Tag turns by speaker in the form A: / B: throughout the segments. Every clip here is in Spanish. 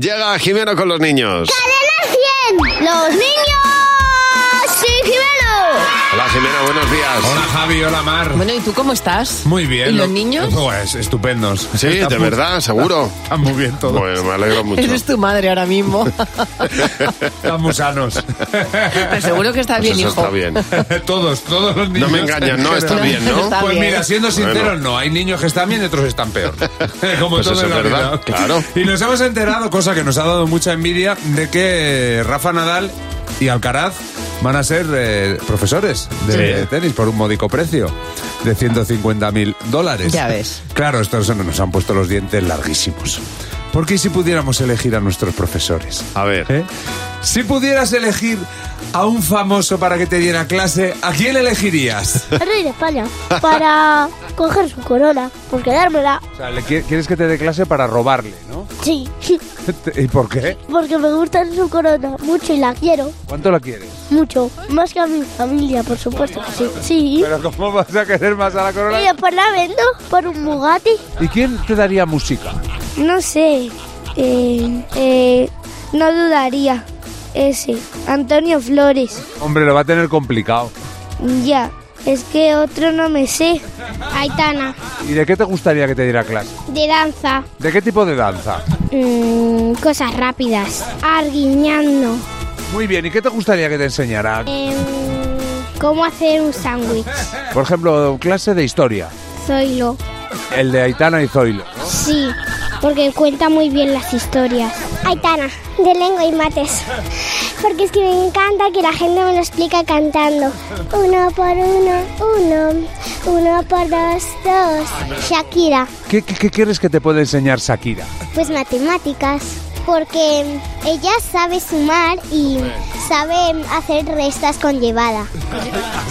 A: Llega Jimeno con los niños.
B: ¡Cadena 100! ¡Los niños! ¡Sí, Jimeno!
A: Hola Jimeno, buenos días.
C: Hola Javi, hola Mar.
D: Bueno, ¿y tú cómo estás?
C: Muy bien.
D: ¿Y los
C: Lo-
D: niños?
C: Pues estupendos.
A: Sí,
C: Está
A: de
C: muy-
A: verdad, Pues. seguro.
C: Están muy bien todos.
A: Bueno, me alegro mucho.
D: Eres tu madre ahora mismo.
C: Están muy sanos.
D: Pero seguro que está
A: Pues eso
D: bien, hijo.
A: está bien.
C: todos, todos los niños.
A: me engañas, no, está
D: bien, ¿no? Está
C: pues
D: bien.
C: mira, siendo
A: Bueno.
C: sinceros, no. Hay niños que están bien y otros están peor. Como
A: Pues
C: todo
A: eso
C: en la
A: es verdad,
C: vida.
A: claro.
C: Y nos hemos enterado, cosa que nos ha dado mucha envidia, de que Rafa Nadal y Alcaraz van a ser eh, profesores de
A: Sí.
C: tenis por un módico precio de 150 mil dólares.
D: Ya ves.
C: Claro, estos nos han puesto los dientes larguísimos. ¿Por qué si pudiéramos elegir a nuestros profesores?
A: A ver.
C: ¿Eh? Si pudieras elegir a un famoso para que te diera clase, ¿a quién elegirías?
B: El rey de España. Para coger su corona. Por quedármela.
C: O sea, le qui- quieres que te dé clase para robarle, ¿no?
B: Sí.
C: ¿Y por qué?
B: Porque me gusta su corona mucho y la quiero
C: ¿Cuánto la quieres?
B: mucho. Más que a mi familia, por supuesto que sí. Sí.
C: Pero ¿cómo vas a querer más a la
B: Y
C: corona?
B: después la vendo por un Bugatti.
C: ¿Y quién te daría música?
B: No sé. Eh, eh, no dudaría. Ese. Antonio Flores.
C: Hombre, lo va a tener complicado.
B: Ya. Es que otro no me sé. Aitana.
C: ¿Y de qué te gustaría que te diera clase?
B: De danza. Mm,
C: ¿De qué tipo de danza?
B: cosas rápidas. Arguiñando. Em,
C: Muy bien, ¿y qué te gustaría que te enseñara?
B: ¿Cómo hacer un sándwich?
C: Por ejemplo, clase de historia.
B: Zoilo.
C: El de Aitana y Zoilo.
B: Sí, porque cuenta muy bien las historias. Aitana, de lengua y mates. Porque es que me encanta que la gente me lo explica cantando. Uno por uno, uno. Uno por dos, dos. Shakira.
C: ¿Qué, qué, qué quieres que te pueda enseñar Shakira?
B: Pues matemáticas, porque ella sabe sumar y sabe hacer restas con llevada.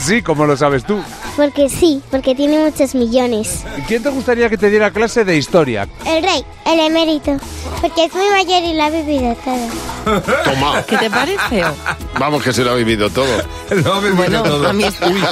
C: Sí, como lo sabes tú.
B: Porque sí, porque tiene muchos millones.
C: ¿Y quién te gustaría que te diera clase de historia?
B: El rey, el emérito, porque es muy mayor y la ha vivido todo.
A: Toma.
D: ¿Qué te parece?
A: Vamos que se lo ha vivido todo.
C: Lo ha vivido
D: Bueno,
C: todo.
D: a mí-
C: Uy,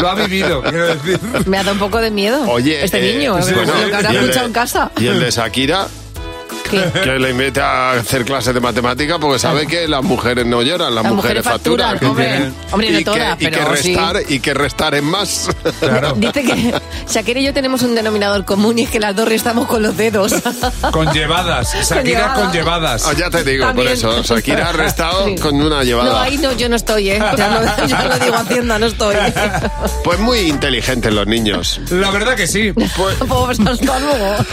C: lo ha vivido, quiero decir.
D: Me ha dado un poco de miedo.
A: Oye.
D: Este
A: eh,
D: niño,
C: sí,
D: eh,
C: bueno,
D: lo que habrá
A: y el de-
D: escuchado en casa.
A: Y el de Shakira,
D: ¿Qué?
A: que le invita a hacer clases de matemática porque sabe que las mujeres no lloran, las,
D: Las
A: mujeres,
D: mujeres
A: facturan.
D: facturan, hombre.
A: Que tienen-
D: Hombre, no
A: y que-
D: todas,
A: y que,
D: pero sí.
A: restar, Y que restar es más.
C: Claro.
D: Dice que Shakira y yo tenemos un denominador común y es que las dos restamos con los dedos.
C: Conllevadas. Shakira
D: Conllevada.
C: conllevadas.
A: Ah, ya te digo, por
D: También.
A: eso. Shakira ha restado
D: Sí.
A: con una llevada.
D: No, ahí no, yo no estoy, ¿eh? Ya lo, ya lo digo Hacienda, no estoy.
A: Pues muy inteligentes los niños.
C: La verdad que sí.
D: Pues hasta luego.